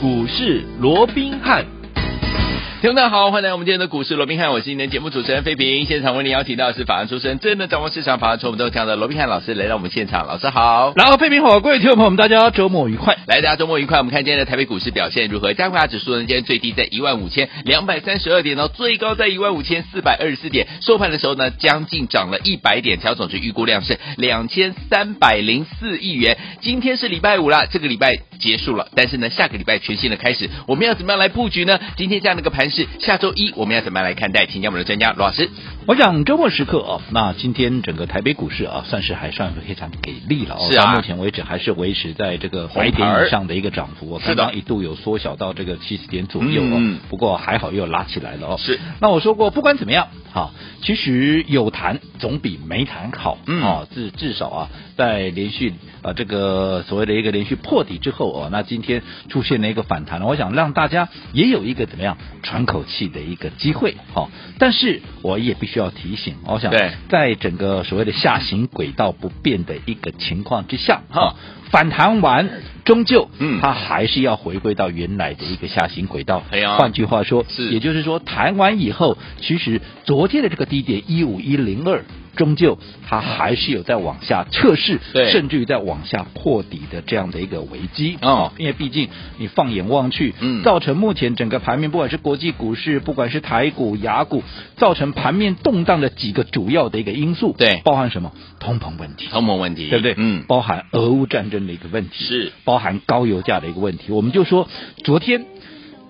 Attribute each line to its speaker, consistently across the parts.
Speaker 1: 股市罗宾汉。
Speaker 2: 听众大家好，欢迎来到我们今天的股市罗宾汉，我是今天的节目主持人费平。现场为您邀请到的是法案出身、真的掌握市场法案筹码动向的罗宾汉老师来到我们现场，老师好。
Speaker 1: 然后，配平好，各位听众朋友们，大家周末愉快。
Speaker 2: 来，大家周末愉快。我们看今天的台北股市表现如何？加权指数呢，今天最低在一万五千两百三十二点哦，最高在一万五千四百二十四点。收盘的时候呢，将近涨了一百点，调整值预估量是两千三百零四亿元。今天是礼拜五啦，这个礼拜结束了，但是呢，下个礼拜全新的开始，我们要怎么样来布局呢？今天这样的一个盘势，下周一我们要怎么样来看待？请教我们的专家罗老师。
Speaker 1: 我想周末时刻哦，那今天整个台北股市啊，算是还算非常给力了哦。
Speaker 2: 是啊
Speaker 1: 到目前为止还是维持在这个百
Speaker 2: 红牌
Speaker 1: 点
Speaker 2: 儿
Speaker 1: 以上的一个涨幅、哦，
Speaker 2: 是的
Speaker 1: 刚刚一度有缩小到这个七十点左右哦。
Speaker 2: 嗯
Speaker 1: 不过还好又拉起来了哦。
Speaker 2: 是。
Speaker 1: 那我说过，不管怎么样，哈、其实有谈总比没谈好。
Speaker 2: 嗯
Speaker 1: 啊、至至少啊，在连续啊、呃这个所谓的一个连续破底之后哦，那今天出现了一个反弹，我想让大家也有一个怎么样喘口气的一个机会。好、但是我也必须要提醒，我想
Speaker 2: 对
Speaker 1: 在整个所谓的下行轨道不变的一个情况之下，哈、
Speaker 2: 好
Speaker 1: 反弹完终究，
Speaker 2: 嗯
Speaker 1: 它还是要回归到原来的一个下行轨道。
Speaker 2: 哎呀
Speaker 1: 换句话说，
Speaker 2: 是
Speaker 1: 也就是说，谈完以后，其实昨天的这个低点一五一零二，终究它还是有在往下测试，
Speaker 2: 对
Speaker 1: 甚至于在往下破底的这样的一个危机
Speaker 2: 哦
Speaker 1: 因为毕竟你放眼望去，
Speaker 2: 嗯
Speaker 1: 造成目前整个盘面，不管是国际股市，不管是台股、雅股，造成盘面动荡的几个主要的一个因素，
Speaker 2: 对
Speaker 1: 包含什么？通膨问题。
Speaker 2: 通膨问题，
Speaker 1: 对不对？
Speaker 2: 嗯，
Speaker 1: 包含俄乌战争的一个问题，
Speaker 2: 是
Speaker 1: 包含高油价的一个问题。我们就说，昨天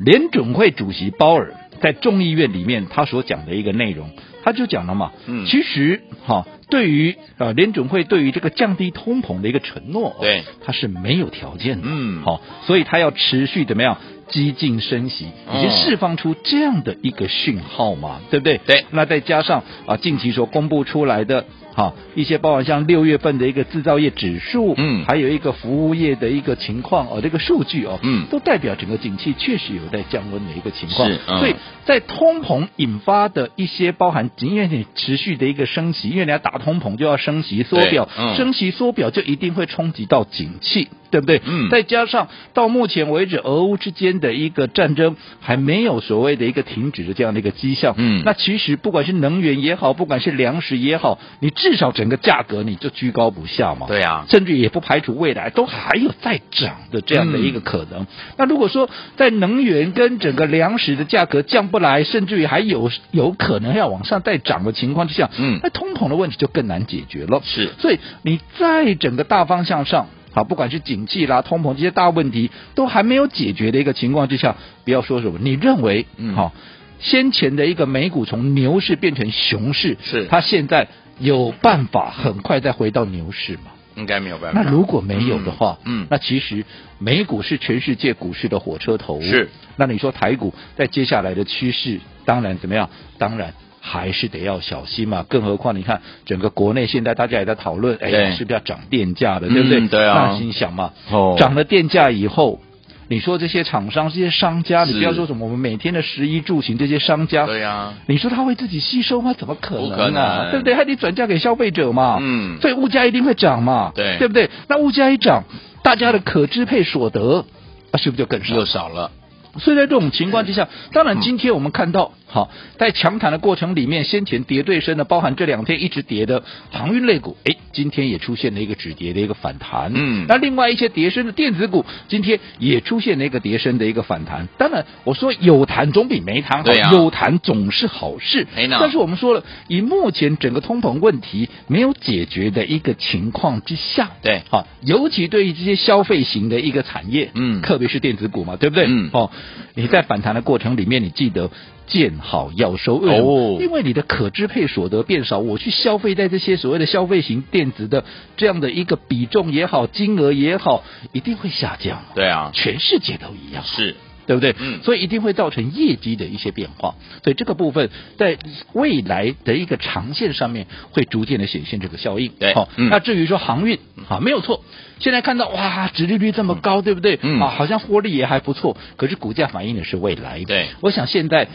Speaker 1: 联准会主席鲍尔在众议院里面他所讲的一个内容，他就讲了嘛，
Speaker 2: 嗯
Speaker 1: 其实哈、对于呃联准会对于这个降低通膨的一个承诺，
Speaker 2: 对，
Speaker 1: 它是没有条件的，
Speaker 2: 嗯
Speaker 1: 好、所以他要持续怎么样？激进升息，已经
Speaker 2: 哦
Speaker 1: 释放出这样的一个讯号嘛，对不对？
Speaker 2: 对
Speaker 1: 那再加上啊，近期所公布出来的。好，一些包含像六月份的一个制造业指数，
Speaker 2: 嗯
Speaker 1: 还有一个服务业的一个情况哦，这个数据哦，
Speaker 2: 嗯
Speaker 1: 都代表整个景气确实有在降温的一个情况。
Speaker 2: 是嗯
Speaker 1: 所以在通膨引发的一些包含，因为你持续的一个升息，因为你要打通膨就要升息缩
Speaker 2: 对
Speaker 1: 表，
Speaker 2: 嗯
Speaker 1: 升息缩表就一定会冲击到景气，对不对？
Speaker 2: 嗯
Speaker 1: 再加上到目前为止，俄乌之间的一个战争还没有所谓的一个停止的这样的一个迹象。
Speaker 2: 嗯
Speaker 1: 那其实不管是能源也好，不管是粮食也好，你至少整个价格你就居高不下嘛。
Speaker 2: 对啊，
Speaker 1: 甚至也不排除未来都还有再涨的这样的一个可能。那如果说在能源跟整个粮食的价格降不来，甚至于还有有可能要往上再涨的情况之下，
Speaker 2: 嗯
Speaker 1: 那通膨的问题就更难解决了。
Speaker 2: 是
Speaker 1: 所以你在整个大方向上。好，不管是景气啦、通膨这些大问题都还没有解决的一个情况之下，不要说什么，你认为，
Speaker 2: 嗯
Speaker 1: 好、先前的一个美股从牛市变成熊市，
Speaker 2: 是
Speaker 1: 它现在有办法很快再回到牛市吗？
Speaker 2: 应该没有办法。
Speaker 1: 那如果没有的话，
Speaker 2: 嗯嗯
Speaker 1: 那其实美股是全世界股市的火车头，
Speaker 2: 是。
Speaker 1: 那你说台股在接下来的趋势，当然怎么样？当然。还是得要小心嘛，更何况你看整个国内现在大家也在讨论，哎呀，
Speaker 2: 对
Speaker 1: 是不是要涨电价的，对不对？
Speaker 2: 嗯对啊
Speaker 1: 那心想嘛，
Speaker 2: 哦
Speaker 1: 涨了电价以后，你说这些厂商、这些商家，你
Speaker 2: 是
Speaker 1: 不要说什么我们每天的食衣住行这些商家，
Speaker 2: 对啊，
Speaker 1: 你说他会自己吸收吗？怎么可能、啊？
Speaker 2: 不可能
Speaker 1: 对不对？还得转嫁给消费者嘛。
Speaker 2: 嗯
Speaker 1: 所以物价一定会涨嘛。
Speaker 2: 对
Speaker 1: 对不对？那物价一涨，大家的可支配所得。啊是不是就更少？
Speaker 2: 又少了，
Speaker 1: 所以在这种情况之下，
Speaker 2: 嗯
Speaker 1: 当然今天我们看到，好，在强谈的过程里面，先前跌对升的，包含这两天一直跌的航运类股，哎，今天也出现了一个止跌的一个反弹。
Speaker 2: 嗯
Speaker 1: 那另外一些跌升的电子股，今天也出现了一个跌升的一个反弹。当然，我说有谈总比没谈好，
Speaker 2: 对啊
Speaker 1: 有谈总是好事。
Speaker 2: 哎那
Speaker 1: 但是我们说了，以目前整个通膨问题没有解决的一个情况之下，
Speaker 2: 对
Speaker 1: 好，尤其对于这些消费型的一个产业，
Speaker 2: 嗯
Speaker 1: 特别是电子股嘛，对不对？
Speaker 2: 嗯
Speaker 1: 哦，你在反弹的过程里面，你记得见好要收。为什么
Speaker 2: 哦
Speaker 1: 因为你的可支配所得变少，我去消费在这些所谓的消费型电子的这样的一个比重也好，金额也好，一定会下降。
Speaker 2: 对啊，
Speaker 1: 全世界都一样。
Speaker 2: 是
Speaker 1: 对不对？
Speaker 2: 嗯
Speaker 1: 所以一定会造成业绩的一些变化。所以这个部分在未来的一个长线上面会逐渐的显现这个效应。
Speaker 2: 对
Speaker 1: 好、
Speaker 2: 嗯
Speaker 1: 那至于说航运啊，没有错，现在看到哇，殖利率这么高，对不对？
Speaker 2: 嗯
Speaker 1: 啊，好像获利也还不错，可是股价反映的是未来。
Speaker 2: 对
Speaker 1: 我想现在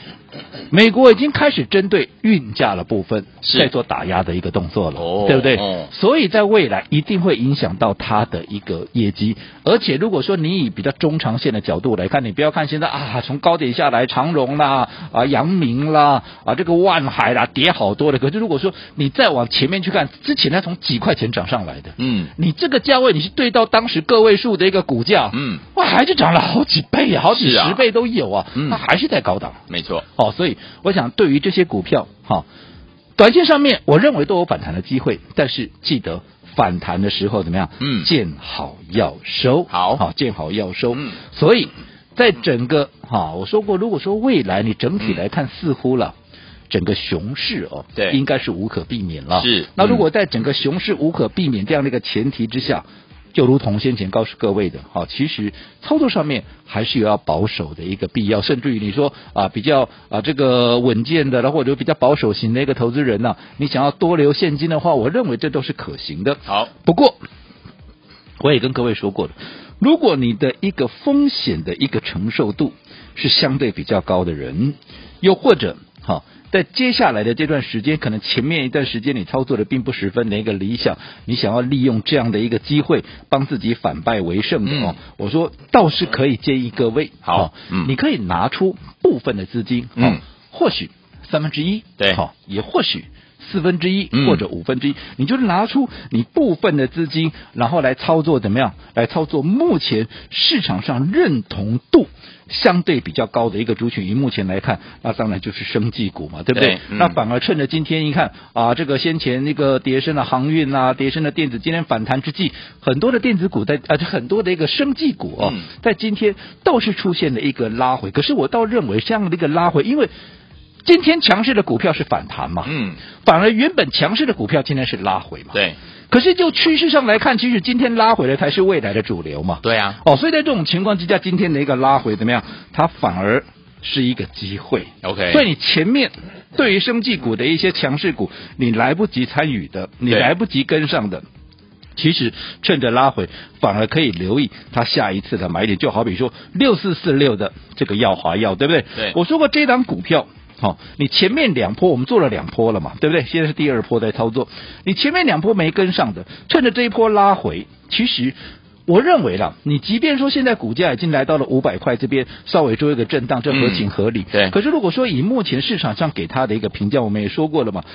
Speaker 1: 美国已经开始针对运价的部分
Speaker 2: 是
Speaker 1: 在做打压的一个动作了，
Speaker 2: 哦
Speaker 1: 对不对？
Speaker 2: 哦
Speaker 1: 所以在未来一定会影响到它的一个业绩，而且如果说你以比较中长线的角度来看，你不要看现在啊，从高点下来，长荣啦啊，阳明啦啊，这个万海啦，跌好多的。可是如果说你再往前面去看，之前它从几块钱涨上来的，
Speaker 2: 嗯
Speaker 1: 你这个价位你是对到当时个位数的一个股价，
Speaker 2: 嗯，
Speaker 1: 哇，还是涨了好几倍啊，好几
Speaker 2: 是啊
Speaker 1: 十倍都有啊，
Speaker 2: 嗯
Speaker 1: 它还是在高档。
Speaker 2: 没错，
Speaker 1: 哦，所以我想对于这些股票，哈、短线上面我认为都有反弹的机会，但是记得反弹的时候怎么样？
Speaker 2: 嗯
Speaker 1: 见好要收。
Speaker 2: 好
Speaker 1: 好，见好要收。
Speaker 2: 嗯
Speaker 1: 所以在整个哈、我说过，如果说未来你整体来看，似乎了。整个熊市哦，
Speaker 2: 嗯对
Speaker 1: 应该是无可避免了。
Speaker 2: 是
Speaker 1: 那
Speaker 2: 嗯
Speaker 1: 如果在整个熊市无可避免这样的一个前提之下，就如同先前告诉各位的，好、其实操作上面还是有要保守的一个必要，甚至于你说啊比较啊这个稳健的，然后或者比较保守型的一个投资人呢、你想要多留现金的话，我认为这都是可行的。
Speaker 2: 好，
Speaker 1: 不过，我也跟各位说过了，如果你的一个风险的一个承受度是相对比较高的人，又或者好、在接下来的这段时间，可能前面一段时间你操作的并不十分的一个理想，你想要利用这样的一个机会帮自己反败为胜的哦，我说倒是可以建议各位，
Speaker 2: 嗯好
Speaker 1: 哦
Speaker 2: 嗯
Speaker 1: 你可以拿出部分的资金，哦
Speaker 2: 嗯，
Speaker 1: 或许三分之一，
Speaker 2: 对
Speaker 1: 好、也或许四分之一
Speaker 2: 嗯
Speaker 1: 或者五分之一，你就拿出你部分的资金，然后来操作怎么样？来操作目前市场上认同度相对比较高的一个族群。以目前来看，那当然就是生技股嘛，对不对？
Speaker 2: 对嗯
Speaker 1: 那反而趁着今天一看啊，这个先前那个跌升的航运啊，跌升的电子，今天反弹之际，很多的电子股在啊，这很多的一个生技股哦，
Speaker 2: 嗯
Speaker 1: 在今天倒是出现了一个拉回。可是我倒认为这样的一个拉回，因为今天强势的股票是反弹嘛，
Speaker 2: 嗯，
Speaker 1: 反而原本强势的股票今天是拉回嘛。。
Speaker 2: 对
Speaker 1: 可是就趋势上来看，其实今天拉回来才是未来的主流嘛。。
Speaker 2: 对啊，
Speaker 1: 哦，所以在这种情况之下，今天的一个拉回怎么样？它反而是一个机会。
Speaker 2: OK
Speaker 1: 所以你前面对于生技股的一些强势股，你来不及参与的，你
Speaker 2: 对
Speaker 1: 来不及跟上的。其实趁着拉回，反而可以留意它下一次的买点，就好比说六四四六的这个耀华药，对不对？
Speaker 2: 对
Speaker 1: 我说过这档股票，好、你前面两波我们做了两波了嘛，对不对？现在是第二波在操作，你前面两波没跟上的，趁着这一波拉回，其实。我认为啦，你即便说现在股价已经来到了五百块这边，稍微做一个震荡，这合情合理。
Speaker 2: 嗯对
Speaker 1: 可是如果说以目前市场上给它的一个评价，我们也说过了嘛，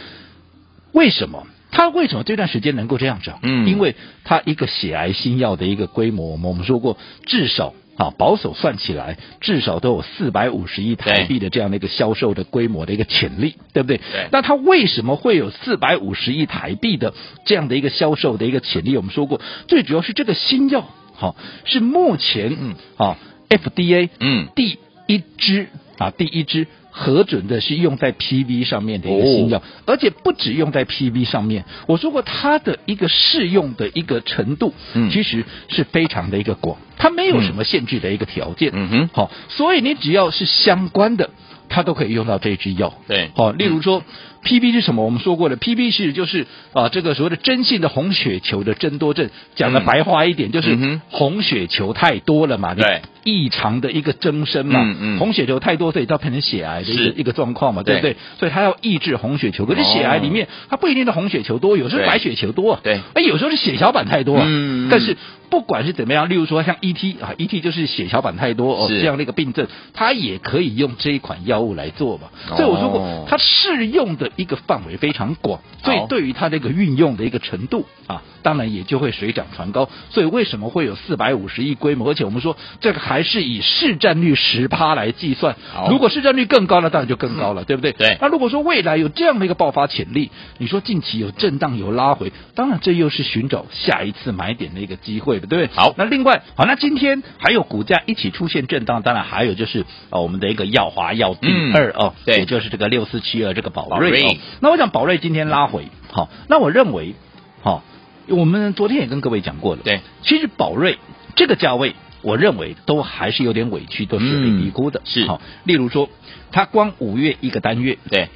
Speaker 1: 为什么？它为什么这段时间能够这样涨？
Speaker 2: 嗯
Speaker 1: 因为它一个血癌新药的一个规模，我们我们说过，至少啊保守算起来，至少都有四百五十亿台币的这样的一个销售的规模的一个潜力，对不对？
Speaker 2: 对
Speaker 1: 那它为什么会有四百五十亿台币的这样的一个销售的一个潜力？我们说过，最主要是这个新药，好、是目前
Speaker 2: 嗯
Speaker 1: 啊 FDA
Speaker 2: 嗯，
Speaker 1: 第一支啊，第一支核准的是用在 PV 上面的一个新
Speaker 2: 哦
Speaker 1: 药，而且不止用在 PV 上面。我说过它的一个适用的一个程度，
Speaker 2: 嗯
Speaker 1: 其实是非常的一个广，它没有什么限制的一个条件。
Speaker 2: 嗯哼
Speaker 1: 好，所以你只要是相关的，它都可以用到这支药。
Speaker 2: 对嗯
Speaker 1: 好、例如说、PB 是什么？我们说过了，PB 是就是啊、这个所谓的真性的红血球的增多症，讲的
Speaker 2: 嗯
Speaker 1: 白话一点，就
Speaker 2: 嗯哼
Speaker 1: 是红血球太多了嘛，你
Speaker 2: 对
Speaker 1: 异常的一个增生嘛，
Speaker 2: 嗯嗯
Speaker 1: 红血球太多，所以它变成血癌的一
Speaker 2: 是
Speaker 1: 个一个状况嘛，对不对？所以它要抑制红血球，可是血癌里面、它不一定是红血球多，有时
Speaker 2: 哦
Speaker 1: 候
Speaker 2: 对
Speaker 1: 是白血球多啊，
Speaker 2: 对
Speaker 1: 哎，有时候是血小板太多啊，
Speaker 2: 嗯嗯
Speaker 1: 但是不管是怎么样，例如说像 ET 啊，ET 就是血小板太多哦
Speaker 2: 是
Speaker 1: 这样的一个病症，它也可以用这一款药物来做嘛，
Speaker 2: 哦
Speaker 1: 所以我说过，它适用的一个范围非常广，所以
Speaker 2: 好
Speaker 1: 对于它这个运用的一个程度啊，当然也就会水涨船高。所以为什么会有四百五十亿规模？而且我们说这个还是以市占率十趴来计算
Speaker 2: 好，嗯
Speaker 1: 如果市占率更高，那当然就更高了，对不对？
Speaker 2: 对
Speaker 1: 那如果说未来有这样的一个爆发潜力，你说近期有震荡有拉回，当然这又是寻找下一次买点的一个机会，对不对？
Speaker 2: 好
Speaker 1: 那另外，好，那今天还有股价一起出现震荡，当然还有就是呃我们的一个耀华耀第
Speaker 2: 嗯
Speaker 1: 二哦，
Speaker 2: 对
Speaker 1: 也就是这个六四七二这个宝
Speaker 2: 宝
Speaker 1: 瑞
Speaker 2: 瑞
Speaker 1: 哦。那我想宝瑞今天拉回，好，那我认为，好，我们昨天也跟各位讲过了，
Speaker 2: 对，
Speaker 1: 其实宝瑞这个价位我认为都还是有点委屈，都是有点低估的。
Speaker 2: 嗯是
Speaker 1: 好，例如说，它光五月一个单月
Speaker 2: 对，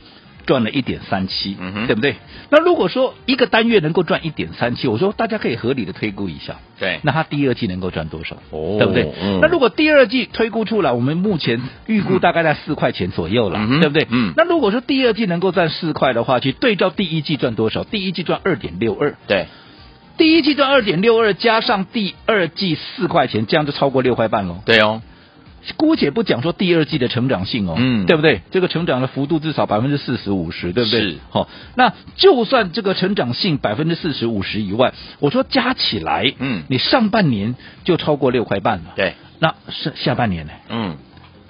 Speaker 1: 赚了一点三七
Speaker 2: 嗯哼，
Speaker 1: 对不对？那如果说一个单月能够赚一点三七，我说大家可以合理的推估一下，
Speaker 2: 对，
Speaker 1: 那它第二季能够赚多少？
Speaker 2: 哎哦
Speaker 1: 对不对？
Speaker 2: 嗯
Speaker 1: 那如果第二季推估出来，我们目前预估大概在四块钱左右了，
Speaker 2: 嗯哼
Speaker 1: 对不对？
Speaker 2: 嗯
Speaker 1: 那如果说第二季能够赚四块的话，去对照第一季赚多少？第一季赚二点六二，
Speaker 2: 对，
Speaker 1: 第一季赚二点六二，加上第二季四块钱，这样就超过六块半喽。
Speaker 2: 对哦，
Speaker 1: 姑且不讲说第二季的成长性哦，
Speaker 2: 嗯
Speaker 1: 对不对？这个成长的幅度至少百分之四十五十，对不对？
Speaker 2: 是
Speaker 1: 好、那就算这个成长性百分之四十五十以外，我说加起来，
Speaker 2: 嗯
Speaker 1: 你上半年就超过六块半了，，
Speaker 2: 对，
Speaker 1: 那是下半年呢，
Speaker 2: 嗯，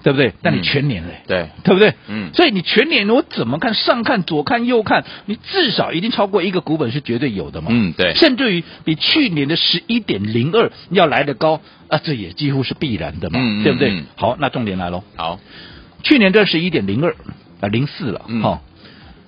Speaker 1: 对不对？那你
Speaker 2: 嗯
Speaker 1: 全年嘞，
Speaker 2: 对，
Speaker 1: 对不对？
Speaker 2: 嗯
Speaker 1: 所以你全年我怎么看，上看左看右看，你至少一定超过一个股本是绝对有的嘛，
Speaker 2: 嗯，对，
Speaker 1: 甚至于比去年的十一点零二要来得高啊，这也几乎是必然的嘛，
Speaker 2: 嗯嗯
Speaker 1: 对不对？
Speaker 2: 嗯
Speaker 1: 好，那重点来喽，
Speaker 2: 好，
Speaker 1: 去年这十一点零二啊零四了，
Speaker 2: 嗯
Speaker 1: 哦，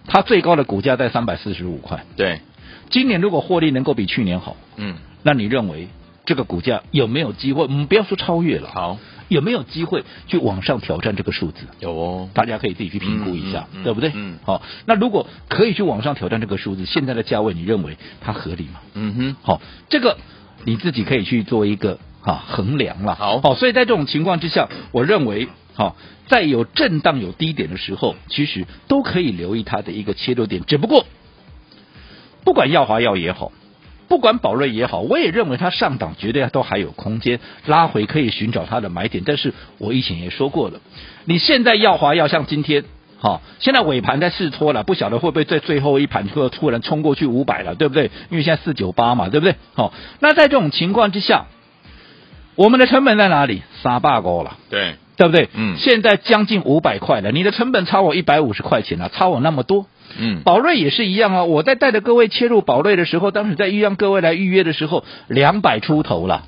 Speaker 1: 它最高的股价在三百四十五块，
Speaker 2: 对，
Speaker 1: 今年如果获利能够比去年好，
Speaker 2: 嗯，
Speaker 1: 那你认为这个股价有没有机会？我们不要说超越了，
Speaker 2: 好，
Speaker 1: 有没有机会去往上挑战这个数字？
Speaker 2: 有哦，
Speaker 1: 大家可以自己去评估一下，
Speaker 2: 嗯嗯嗯
Speaker 1: 对不对？
Speaker 2: 嗯
Speaker 1: 好，那如果可以去往上挑战这个数字，现在的价位你认为它合理吗？
Speaker 2: 嗯哼，
Speaker 1: 好、这个你自己可以去做一个啊衡量了。
Speaker 2: 好
Speaker 1: 所以在这种情况之下，我认为。好、在有震荡、有低点的时候，其实都可以留意它的一个切入点。只不过，不管耀华药也好，不管宝瑞也好，我也认为它上档绝对都还有空间，拉回可以寻找它的买点。但是我以前也说过了，你现在耀华药像今天。好，现在尾盘在试拖了，不晓得会不会在最后一盘突突然冲过去五百了，对不对？因为现在四九八嘛，对不对？好，那在这种情况之下，我们的成本在哪里？三八高了，
Speaker 2: 对，
Speaker 1: 对不对？
Speaker 2: 嗯
Speaker 1: 现在将近五百块了，你的成本差我一百五十块钱了、差我那么多，
Speaker 2: 嗯，
Speaker 1: 宝瑞也是一样啊，我在带着各位切入宝瑞的时候，当时在预让各位来预约的时候，两百出头了。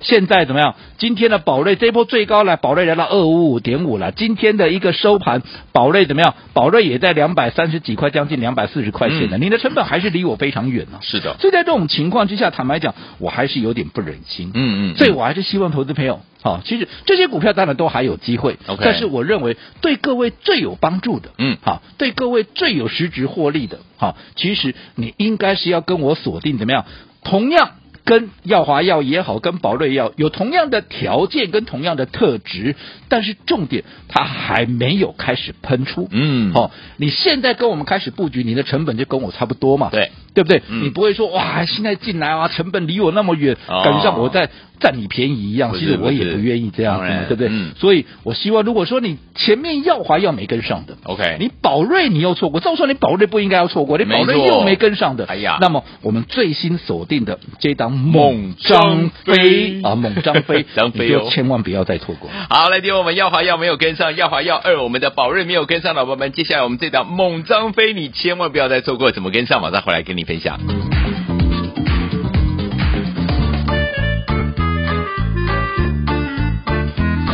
Speaker 1: 现在怎么样？今天的宝瑞这一波最高了，宝瑞来到二五五点五了。今天的一个收盘，宝瑞怎么样？宝瑞也在两百三十几块，将近两百四十块钱了。你的成本还是离我非常远啊。
Speaker 2: 嗯是的，
Speaker 1: 所以在这种情况之下，坦白讲，我还是有点不忍心。
Speaker 2: 嗯嗯，
Speaker 1: 所以
Speaker 2: 嗯
Speaker 1: 我还是希望投资朋友，好、其实这些股票当然都还有机会
Speaker 2: OK
Speaker 1: 但是我认为对各位最有帮助的，
Speaker 2: 嗯
Speaker 1: 好，对各位最有实质获利的，好，其实你应该是要跟我锁定怎么样，同样。跟耀华药也好，跟宝瑞药有同样的条件跟同样的特质，但是重点它还没有开始喷出。
Speaker 2: 嗯，
Speaker 1: 好、，你现在跟我们开始布局，你的成本就跟我差不多嘛，
Speaker 2: 对，
Speaker 1: 对不对？
Speaker 2: 嗯
Speaker 1: 你不会说哇，现在进来啊，成本离我那么远，
Speaker 2: 哦
Speaker 1: 感觉像我在占你便宜一样。
Speaker 2: 不是
Speaker 1: 其实我
Speaker 2: 不
Speaker 1: 也
Speaker 2: 是
Speaker 1: 不愿意这样
Speaker 2: 当然，
Speaker 1: 对不对？
Speaker 2: 嗯
Speaker 1: 所以我希望，如果说你前面耀华要没跟上的。
Speaker 2: OK，
Speaker 1: 你宝瑞你又错过，照说你宝瑞不应该要错过，你宝瑞
Speaker 2: 没错
Speaker 1: 又没跟上的，
Speaker 2: 哎呀
Speaker 1: 那么我们最新锁定的这档
Speaker 2: 猛
Speaker 1: 猛
Speaker 2: 张
Speaker 1: 张
Speaker 2: 飞
Speaker 1: 飞啊，猛张飞，
Speaker 2: 张飞
Speaker 1: 你
Speaker 2: 哦
Speaker 1: 就千万不要再错过。
Speaker 2: 好，来听我们耀华耀没有跟上，耀华耀二我们的宝瑞没有跟上，老婆们，接下来我们这档猛张飞，你千万不要再错过，怎么跟上，马上回来跟你分享。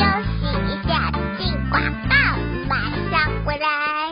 Speaker 3: 休息一下，进广告，马上回来。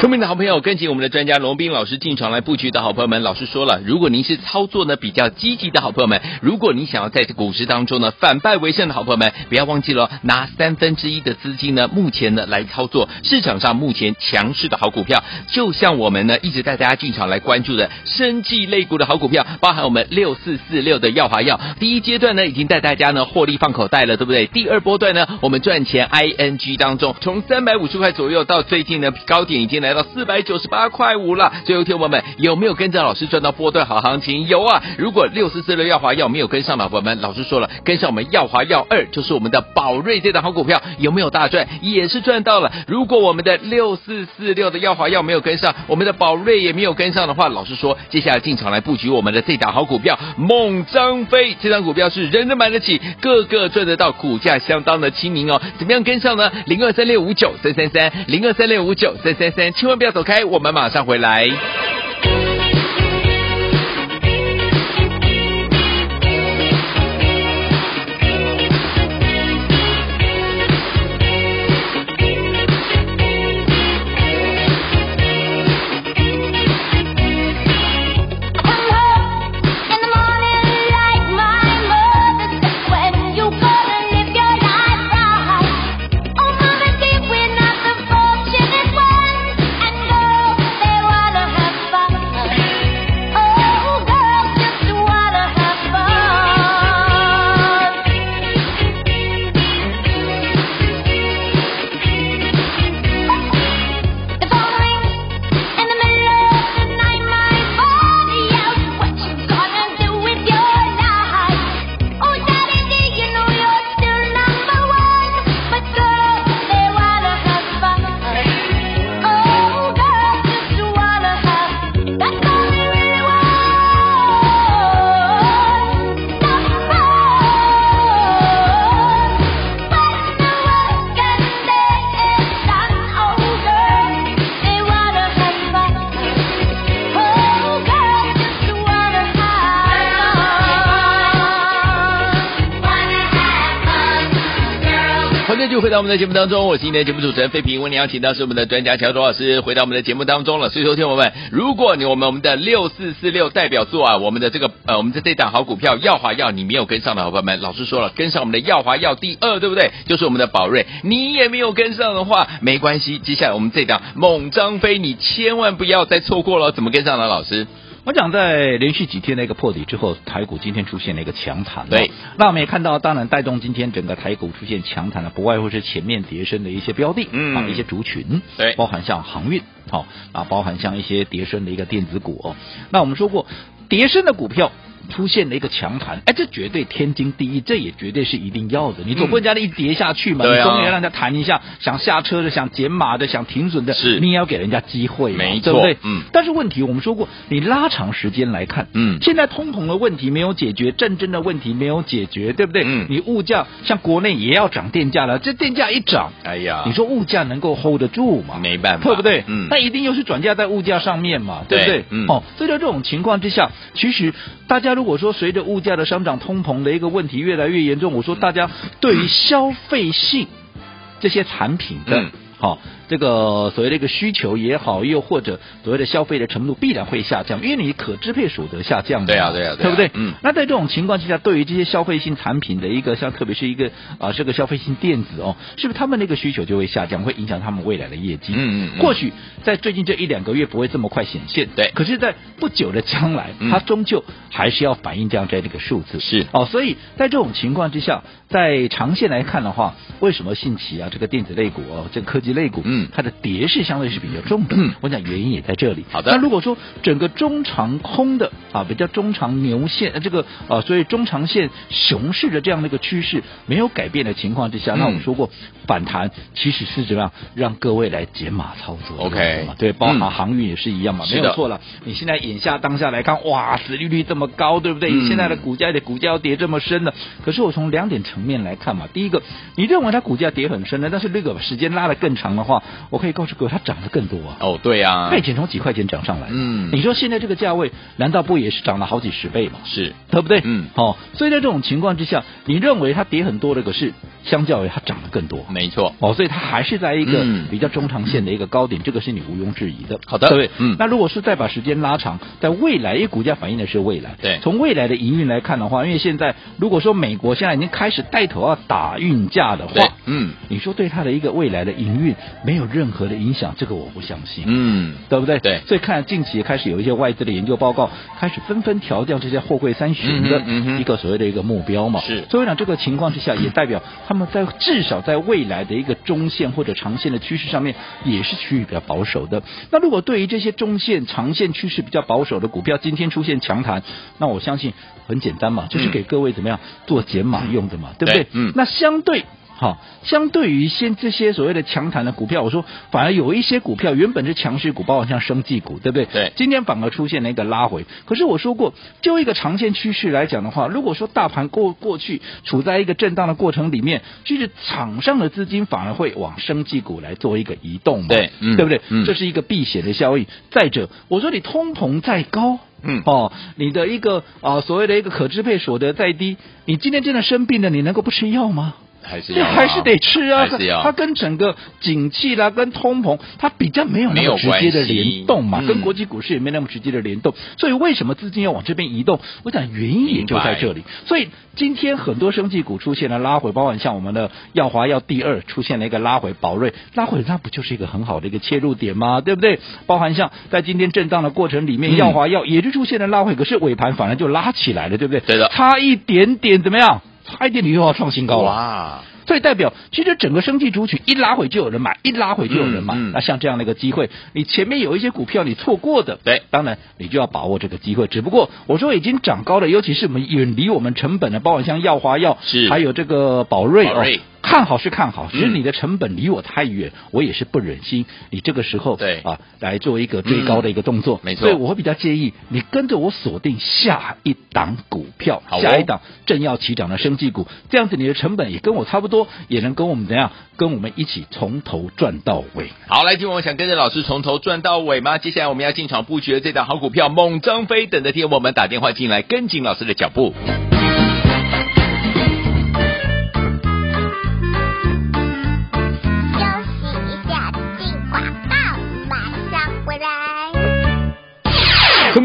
Speaker 2: 聪明的好朋友，跟紧我们的专家龙斌老师进场来布局的好朋友们，老师说了，如果您是操作呢比较积极的好朋友们，如果你想要在这股市当中呢反败为胜的好朋友们，不要忘记了拿三分之一的资金呢，目前呢来操作市场上目前强势的好股票，就像我们呢一直带大家进场来关注的生技类股的好股票，包含我们六四四六的耀华药，第一阶段呢已经带大家呢获利放口袋了，对不对？第二波段呢，我们赚钱 ING 当中，从三百五十块左右到最近呢高点已经来到四百九十八块五了。最后，听友们有没有跟着老师赚到波段好行情？有啊！如果六四四六耀华药没有跟上的伙伴们，老师说了，跟上我们耀华药二就是我们的宝瑞这档好股票，有没有大赚？也是赚到了。如果我们的六四四六的耀华药没有跟上，我们的宝瑞也没有跟上的话，老师说接下来进场来布局我们的这档好股票猛张飞，这档股票是人人买得起，个个赚得到，股价相当的亲民哦。怎么样跟上呢？零二三六五九三三三，零二三六五九三三三，千万不要走开，我们马上回来。
Speaker 3: I come home in the morning like my mother said when
Speaker 4: Oh, Oh,
Speaker 2: 再就回到我们的节目当中，我是今天的节目主持人费平，为您邀请到是我们的专家乔卓老师回到我们的节目当中了。所以，说，听我们，如果你我们我们的六四四六代表作啊，我们的这个呃，我们的这档好股票耀华耀，你没有跟上的好朋友们，老师说了，跟上我们的耀华耀第二，对不对？就是我们的宝瑞，你也没有跟上的话，没关系，接下来我们这档猛张飞，你千万不要再错过了，怎么跟上呢？老师，
Speaker 1: 我讲在连续几天的一个破底之后，台股今天出现了一个强弹、哦。
Speaker 2: 对，
Speaker 1: 那我们也看到，当然带动今天整个台股出现强弹的，啊不外乎是前面跌升的一些标的，
Speaker 2: 嗯
Speaker 1: 啊，一些族群，
Speaker 2: 对
Speaker 1: 包含像航运，好、啊，包含像一些跌升的一个电子股哦。那我们说过，跌升的股票。出现了一个强弹，哎，这绝对天经地义，这也绝对是一定要的。你总不能让它一跌下去嘛，
Speaker 2: 对啊
Speaker 1: 你总得让人家弹一下，想下车的、想减码的、想停损的，
Speaker 2: 是
Speaker 1: 你也要给人家机会嘛，
Speaker 2: 没
Speaker 1: 对不
Speaker 2: 错
Speaker 1: 对？
Speaker 2: 嗯
Speaker 1: 但是问题我们说过，你拉长时间来看，
Speaker 2: 嗯
Speaker 1: 现在通膨的问题没有解决，战争的问题没有解决，对不对？
Speaker 2: 嗯
Speaker 1: 你物价像国内也要涨电价了，这电价一涨，
Speaker 2: 哎呀
Speaker 1: 你说物价能够 hold 得住吗？
Speaker 2: 没办法，
Speaker 1: 对不对？
Speaker 2: 嗯，
Speaker 1: 那一定又是转嫁在物价上面嘛，对不
Speaker 2: 对
Speaker 1: 对？
Speaker 2: 嗯
Speaker 1: 哦，所以在这种情况之下，其实大家如果说随着物价的上涨、通膨的一个问题越来越严重，我说大家对于消费性这些产品的。
Speaker 2: 嗯
Speaker 1: 好，这个所谓的一个需求也好，又或者所谓的消费的程度必然会下降，因为你可支配所得下降嘛，
Speaker 2: 对啊对啊对啊
Speaker 1: 对不对？
Speaker 2: 嗯
Speaker 1: 那在这种情况之下，对于这些消费性产品的一个像特别是一个啊、这个消费性电子哦，是不是他们那个需求就会下降，会影响他们未来的业绩？
Speaker 2: 嗯嗯嗯
Speaker 1: 或许在最近这一两个月不会这么快显现，
Speaker 2: 对
Speaker 1: 可是，在不久的将来，
Speaker 2: 嗯
Speaker 1: 它终究还是要反映这样这样的一个数字。
Speaker 2: 是
Speaker 1: 哦，所以在这种情况之下，在长线来看的话，为什么信奇啊这个电子类股哦，这个科技类股，
Speaker 2: 嗯
Speaker 1: 它的跌势相对是比较重的。
Speaker 2: 嗯
Speaker 1: 我讲原因也在这里。
Speaker 2: 好的
Speaker 1: 那如果说整个中长空的啊，比较中长牛线，呃这个啊，所以中长线熊市的这样的一个趋势没有改变的情况之下，
Speaker 2: 嗯
Speaker 1: 那我们说过反弹其实是怎么样让各位来减码操作的
Speaker 2: OK
Speaker 1: 动作嘛对，包
Speaker 2: 嗯
Speaker 1: 含航运也是一样嘛，
Speaker 2: 是
Speaker 1: 没
Speaker 2: 的
Speaker 1: 有错了。你现在眼下当下来看，哇，死利率这么高，对不对？
Speaker 2: 嗯
Speaker 1: 现在的股价的股价要跌这么深了，可是我从两点层面来看嘛，第一个，你认为它股价跌很深了，但是那个时间拉得更长的话，我可以告诉各位，它涨得更多啊。
Speaker 2: 哦，对啊
Speaker 1: 它，以前从几块钱涨上来，
Speaker 2: 嗯
Speaker 1: 你说现在这个价位，难道不也是涨了好几十倍吗？
Speaker 2: 是，
Speaker 1: 对不对？
Speaker 2: 嗯
Speaker 1: 哦，所以在这种情况之下，你认为它跌很多的，可是相较于它涨得更多，
Speaker 2: 没错，
Speaker 1: 哦，所以它还是在一个
Speaker 2: 嗯
Speaker 1: 比较中长线的一个高点，这个是你毋庸置疑的。
Speaker 2: 好的
Speaker 1: 对不对，
Speaker 2: 嗯
Speaker 1: 那如果是再把时间拉长，在未来，因为股价反映的是未来，
Speaker 2: 对
Speaker 1: 从未来的营运来看的话，因为现在如果说美国现在已经开始带头要打运价的
Speaker 2: 对
Speaker 1: 话，，
Speaker 2: 嗯
Speaker 1: 你说对它的一个未来的营运没有任何的影响，这个我不相信。
Speaker 2: 嗯，
Speaker 1: 对不对？
Speaker 2: 对
Speaker 1: 所以看来近期也开始有一些外资的研究报告，开始纷纷调降这些货柜三
Speaker 2: 嗯
Speaker 1: 旬
Speaker 2: 哼
Speaker 1: 的
Speaker 2: 嗯哼
Speaker 1: 一个所谓的一个目标嘛。
Speaker 2: 是
Speaker 1: 所以呢，这个情况之下，也代表他们在至少在未来的一个中线或者长线的趋势上面，也是趋于比较保守的。那如果对于这些中线、长线趋势比较保守的股票，今天出现强弹，那我相信很简单嘛，就是
Speaker 2: 嗯
Speaker 1: 给各位怎么样做减码用的嘛，对不
Speaker 2: 对
Speaker 1: 对？
Speaker 2: 嗯
Speaker 1: 那相对。好，相对于现这些所谓的强弹的股票，我说反而有一些股票原本是强势股，包括像生技股，对不对？
Speaker 2: 对
Speaker 1: 今天反而出现了一个拉回。可是我说过，就一个长线趋势来讲的话，如果说大盘过过去处在一个震荡的过程里面，就是场上的资金反而会往生技股来做一个移动嘛，
Speaker 2: 对嗯
Speaker 1: 对不对？
Speaker 2: 嗯
Speaker 1: 这是一个避险的效应。再者，我说你通膨再高，
Speaker 2: 嗯
Speaker 1: 哦，你的一个啊、所谓的一个可支配所得再低，你今天真的生病了，你能够不吃药吗？
Speaker 2: 还是
Speaker 1: 这
Speaker 2: 要啊
Speaker 1: 还是得吃啊，
Speaker 2: 还是要
Speaker 1: 它跟整个景气啦，跟通膨，它比较没有那
Speaker 2: 没有
Speaker 1: 么直接的
Speaker 2: 关系
Speaker 1: 联动嘛，
Speaker 2: 嗯
Speaker 1: 跟国际股市也没那么直接的联动，所以为什么资金要往这边移动？我想原因也就在这里。所以今天很多生技股出现了拉回，包括像我们的耀华药第二出现了一个拉回，宝瑞拉回，那不就是一个很好的一个切入点吗？对不对？包含像在今天震荡的过程里面，
Speaker 2: 嗯
Speaker 1: 耀华药也是出现了拉回，可是尾盘反而就拉起来了，对不对？
Speaker 2: 对的
Speaker 1: 差一点点怎么样？差一点你又要创新高了。
Speaker 2: 哇，
Speaker 1: 所以代表，其实整个生技族群一拉回就有人买，一拉回就有人买。
Speaker 2: 嗯嗯
Speaker 1: 那像这样的一个机会，你前面有一些股票你错过的，
Speaker 2: 对
Speaker 1: 哎当然你就要把握这个机会。只不过我说已经涨高了，尤其是我们远离我们成本的，包括像耀华药，
Speaker 2: 是
Speaker 1: 还有这个宝瑞，
Speaker 2: 宝瑞
Speaker 1: 哦看好是看好，只是
Speaker 2: 嗯
Speaker 1: 你的成本离我太远，我也是不忍心。你这个时候
Speaker 2: 对嗯
Speaker 1: 啊，来做一个追高的一个动作，
Speaker 2: 没错
Speaker 1: 所以我会比较建议你跟着我锁定下一档股票，
Speaker 2: 好哦
Speaker 1: 下一档。正要起涨的生技股，这样子你的成本也跟我差不多，也能跟我们怎样，跟我们一起从头赚到尾。
Speaker 2: 好，来，今晚我想跟着老师从头赚到尾吗？接下来我们要进场布局的这档好股票，猛张飞等着听我们打电话进来，跟紧老师的脚步。
Speaker 3: Thank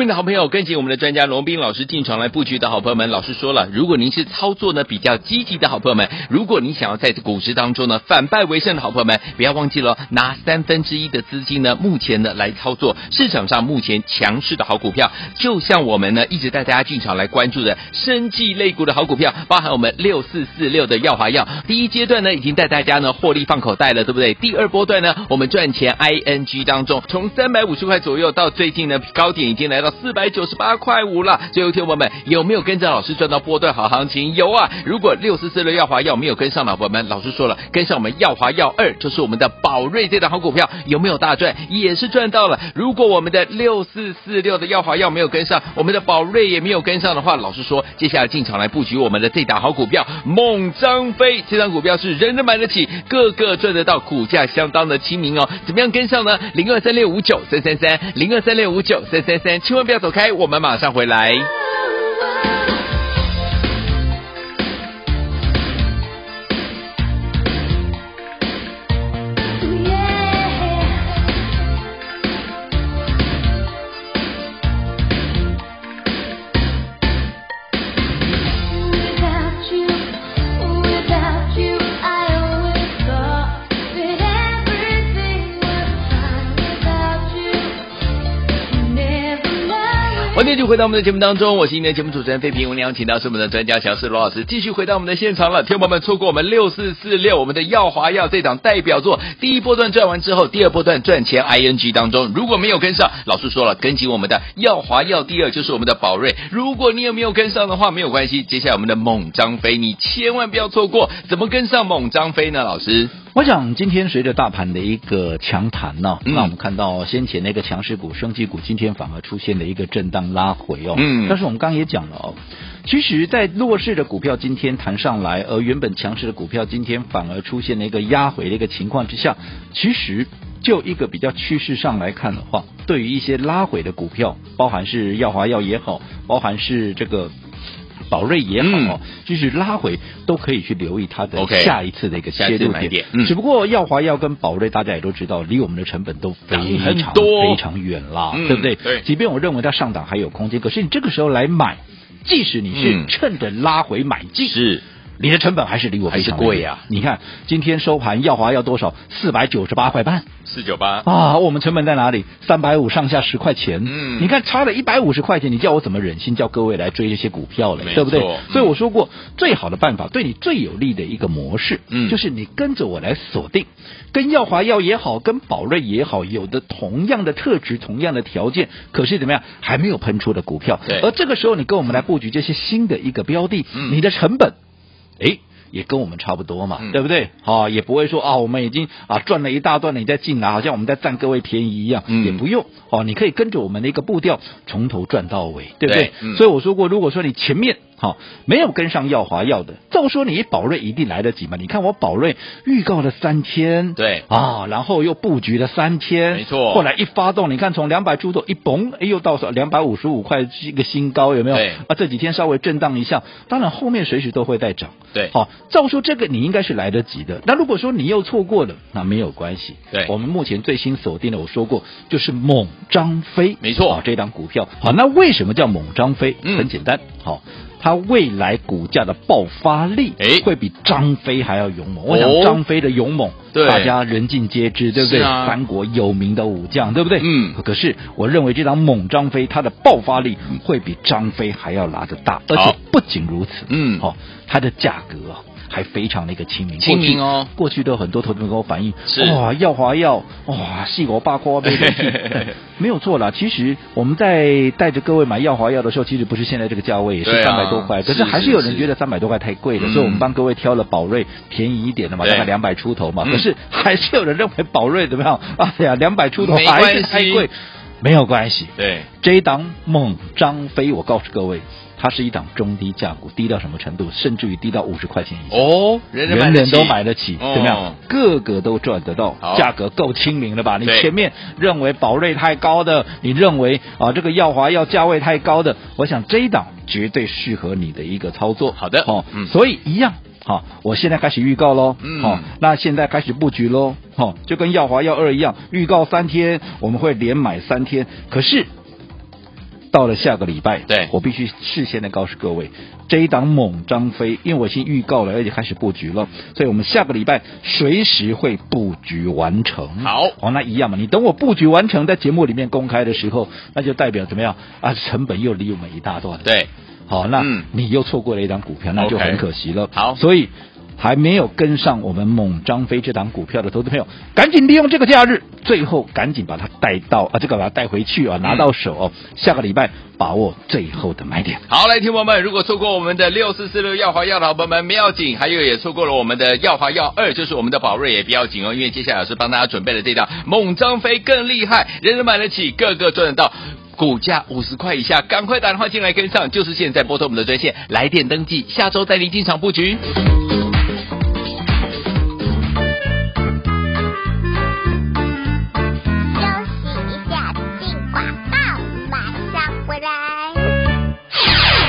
Speaker 2: 的好朋友，跟紧我们的专家龙斌老师进场来布局的好朋友们，老师说了，如果您是操作呢比较积极的好朋友们，如果你想要在股市当中呢反败为胜的好朋友们，不要忘记了拿三分之一的资金呢，目前呢来操作市场上目前强势的好股票，就像我们呢一直带大家进场来关注的生技类股的好股票，包含我们六四四六的耀华药，第一阶段呢已经带大家呢获利放口袋了，对不对？第二波段呢，我们赚钱 ING 当中，从三百五十块左右到最近呢高点已经来到四百九十八块五了。最后，听友们有没有跟着老师赚到波段好行情？有啊！如果六四四的耀华药没有跟上的伙伴们，老师说了，跟上我们耀华药二就是我们的宝瑞这档好股票，有没有大赚？也是赚到了。如果我们的六四四六的耀华药没有跟上，我们的宝瑞也没有跟上的话，老师说接下来进场来布局我们的这档好股票猛张飞，这档股票是人人买得起，个个赚得到，股价相当的亲民哦。怎么样跟上呢？零二三六五九三三三，零二三六五九三三三，千万不要走开，我们马上回来。
Speaker 4: Without you, without you, I always thought that everything was fine without you. Never mind.
Speaker 2: 欢迎继续回到我们的节目当中，我是今天的节目主持人费平。我们邀请到是我们的专家乔世罗老师，继续回到我们的现场了。听友们错过我们六四四六我们的耀华耀这档代表作，第一波段赚完之后，第二波段赚钱 ING 当中，如果没有跟上，老师说了，跟紧我们的耀华耀第二就是我们的宝瑞。如果你有没有跟上的话，没有关系，接下来我们的猛张飞，你千万不要错过。怎么跟上猛张飞呢？老师，
Speaker 1: 我想今天随着大盘的一个强弹呢、
Speaker 2: 嗯
Speaker 1: 那我们看到先前那个强势股、升级股，今天反而出现了一个震荡拉回哦。
Speaker 2: 嗯
Speaker 1: 但是我们刚刚也讲了哦，其实，在弱势的股票今天弹上来，而原本强势的股票今天反而出现了一个压回的一个情况之下，其实就一个比较趋势上来看的话，对于一些拉回的股票，包含是耀华药也好，包含是这个。宝瑞也好、哦，其实拉回都可以去留意它的
Speaker 2: 嗯 OK
Speaker 1: 下一次的一个
Speaker 2: 下一
Speaker 1: 切
Speaker 2: 次
Speaker 1: 入
Speaker 2: 买
Speaker 1: 点
Speaker 2: 点。嗯
Speaker 1: 只不过耀华药跟宝瑞，大家也都知道，离我们的成本都非
Speaker 2: 当嗯很
Speaker 1: 常
Speaker 2: 多
Speaker 1: 非常远啦，
Speaker 2: 嗯
Speaker 1: 对不对？
Speaker 2: 对
Speaker 1: 即便我认为它上档还有空间，可是你这个时候来买，即使你
Speaker 2: 嗯
Speaker 1: 是趁着拉回买进，
Speaker 2: 是
Speaker 1: 你的成本还是离我非常
Speaker 2: 还是贵
Speaker 1: 呀、
Speaker 2: 啊
Speaker 1: 你看今天收盘，耀华要多少？四百九十八块半
Speaker 2: 四九八，
Speaker 1: 啊！我们成本在哪里？三百五上下十块钱。
Speaker 2: 嗯
Speaker 1: 你看差了一百五十块钱，你叫我怎么忍心叫各位来追这些股票嘞
Speaker 2: 没？
Speaker 1: 对不对
Speaker 2: 错？嗯
Speaker 1: 所以我说过，最好的办法，对你最有利的一个模式，
Speaker 2: 嗯
Speaker 1: 就是你跟着我来锁定，跟耀华药也好，跟宝瑞也好，有的同样的特质、同样的条件，可是怎么样还没有喷出的股票，
Speaker 2: 对
Speaker 1: 而这个时候你跟我们来布局这些新的一个标的，
Speaker 2: 嗯
Speaker 1: 你的成本。诶，哎也跟我们差不多嘛，
Speaker 2: 嗯
Speaker 1: 对不对？哦，也不会说啊，我们已经啊赚了一大段了，你再进来，好像我们在占各位便宜一样，
Speaker 2: 嗯
Speaker 1: 也不用哦，你可以跟着我们的一个步调，从头赚到尾，对不对？
Speaker 2: 对嗯
Speaker 1: 所以我说过，如果说你前面好、没有跟上耀华药的，照说你宝瑞一定来得及嘛。你看我宝瑞预告了三天，
Speaker 2: 对
Speaker 1: 啊，然后又布局了三天，
Speaker 2: 没错
Speaker 1: 后来一发动，你看从两百出头一嘣，哎又到两百五十五块是一个新高，有没有？
Speaker 2: 对
Speaker 1: 啊，这几天稍微震荡一下，当然后面随时都会再涨。
Speaker 2: 对
Speaker 1: 好，照说这个你应该是来得及的。那如果说你又错过了，那没有关系。
Speaker 2: 对
Speaker 1: 我们目前最新锁定的，我说过就是猛张飞，
Speaker 2: 没错
Speaker 1: 啊这档股票。好，那为什么叫猛张飞？
Speaker 2: 嗯
Speaker 1: 很简单，好。它未来股价的爆发力，
Speaker 2: 哎
Speaker 1: 会比张飞还要勇猛。我想
Speaker 2: 哦
Speaker 1: 张飞的勇猛，
Speaker 2: 对
Speaker 1: 大家人尽皆知，对不对？
Speaker 2: 是啊
Speaker 1: 三国有名的武将，对不对？
Speaker 2: 嗯
Speaker 1: 可是我认为这张猛张飞，它的爆发力会比张飞还要拿得大，而
Speaker 2: 好
Speaker 1: 且不仅如此，
Speaker 2: 嗯
Speaker 1: 好、哦它的价格啊还非常的一个亲民，
Speaker 2: 亲民哦
Speaker 1: 过去。过去都有很多投资人跟我反映
Speaker 2: 是，
Speaker 1: 哇，耀华药，哇，细我八块被 联系没有错啦。其实我们在带着各位买耀华药的时候，其实不是现在这个价位，也
Speaker 2: 对
Speaker 1: 是
Speaker 2: 啊
Speaker 1: 三百多块，可
Speaker 2: 是
Speaker 1: 是还
Speaker 2: 是
Speaker 1: 是有人
Speaker 2: 是
Speaker 1: 觉得三百多块太贵了，
Speaker 2: 嗯
Speaker 1: 所以我们帮各位挑了宝瑞便宜一点的嘛，
Speaker 2: 对
Speaker 1: 大概两百出头嘛。
Speaker 2: 嗯
Speaker 1: 可是还是有人认为宝瑞怎么样？哎呀，两百出头
Speaker 2: 没关
Speaker 1: 还
Speaker 2: 系
Speaker 1: 是太贵，没有关系，
Speaker 2: 对，
Speaker 1: 这一档猛张飞，我告诉各位，它是一档中低价股，低到什么程度？甚至于低到五十块钱以下。
Speaker 2: 哦，人人买
Speaker 1: 人
Speaker 2: 得
Speaker 1: 人
Speaker 2: 起
Speaker 1: 都买得起，
Speaker 2: 哦
Speaker 1: 怎么样？个个都赚得到
Speaker 2: 好，
Speaker 1: 价格够亲民了吧？你
Speaker 2: 对
Speaker 1: 前面认为宝瑞太高的，你认为啊这个耀华要价位太高的，我想这一档绝对适合你的一个操作。
Speaker 2: 好的
Speaker 1: 哦
Speaker 2: 嗯，
Speaker 1: 所以一样。好、我现在开始预告喽，
Speaker 2: 嗯
Speaker 1: 好、那现在开始布局喽，好、就跟耀华耀二一样，预告三天，我们会连买三天，可是
Speaker 2: 到了下个礼拜，
Speaker 1: 对
Speaker 2: 我必须事先的告诉各位，这一档猛张飞，因为我已经预告了，而且开始布局了，所以我们下个礼拜随时会布局完成。
Speaker 1: 好
Speaker 2: 哦，那一样嘛，你等我布局完成，在节目里面公开的时候，那就代表怎么样啊？成本又离我们一大段。
Speaker 1: 对，
Speaker 2: 好，那
Speaker 1: 嗯
Speaker 2: 你又错过了一档股票，那就
Speaker 1: OK
Speaker 2: 很可惜了。
Speaker 1: 好
Speaker 2: 所以还没有跟上我们猛张飞这档股票的投资朋友，赶紧利用这个假日，最后赶紧把它带到啊，这个把它带回去
Speaker 1: 嗯
Speaker 2: 啊，拿到手哦。下个礼拜把握最后的买点。
Speaker 1: 好，来，听众朋友们，如果错过我们的六四四六耀华耀的好朋友们，不要紧；还有也错过了我们的耀华耀二，就是我们的宝瑞也不要紧哦，因为接下来老师帮大家准备了这档猛张飞更厉害，人人买得起，个个赚得到。股价五十块以下，赶快打电话进来跟上，就是现在拨通我们的专线，来电登记，下周带您进场布局。
Speaker 5: 休息一下，进广告，马上回来。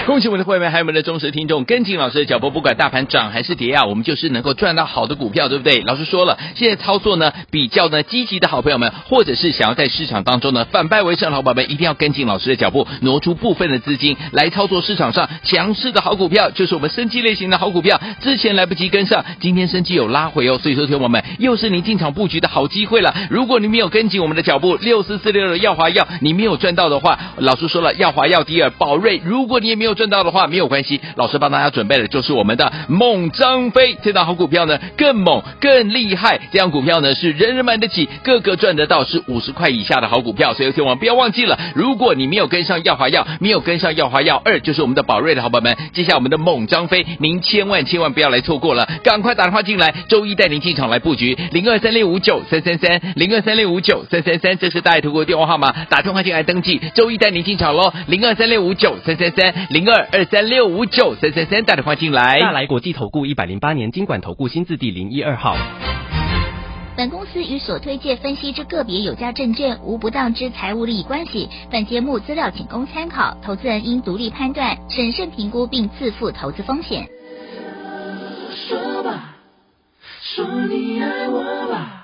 Speaker 1: 恭喜我们的会员，还有我们的忠实听众，跟紧老师的脚步，不管大盘涨还是跌啊，我们就是能够赚到好的股票，对不对？老师说了，现在操作呢比较呢积极的好朋友们，或者是想要在市场当中呢反败为胜的好宝贝，一定要跟紧老师的脚步，挪出部分的资金来操作市场上强势的好股票，就是我们生机类型的好股票，之前来不及跟上，今天生机有拉回哦，所以说，听我们又是您进场布局的好机会了。如果你没有跟紧我们的脚步，六四四六的耀华耀，你没有赚到的话，老师说了，耀华耀迪尔宝瑞，如果你也没有赚到的话，没有关系，老师帮大家准备的就是我们的猛张飞这档好股票呢，更猛更厉害，这样股票呢是人人买得起，个个赚得到，是五十块以下的好股票，所以千万不要忘记了，如果你没有跟上耀华耀，没有跟上耀华耀二，就是我们的宝瑞的好朋友们，接下来我们的猛张飞，您千万千万不要来错过了，赶快打电话进来，周一带您进场来布局零二三六五九三三三零二三六五九三三三，这是大爱投顾的电话号码，打电话进来登记，周一带您进场喽，零二三六五九三三三零二二三六五九三三三，打电话进来。
Speaker 6: 大来国际投顾一百零八年经管投顾新字第零一二号。
Speaker 7: 本公司与所推介分析之个别有价证券无不当之财务利益关系。本节目资料仅供参考，投资人应独立判断、审慎评估并自负投资风险。
Speaker 4: 说吧，说你爱我吧。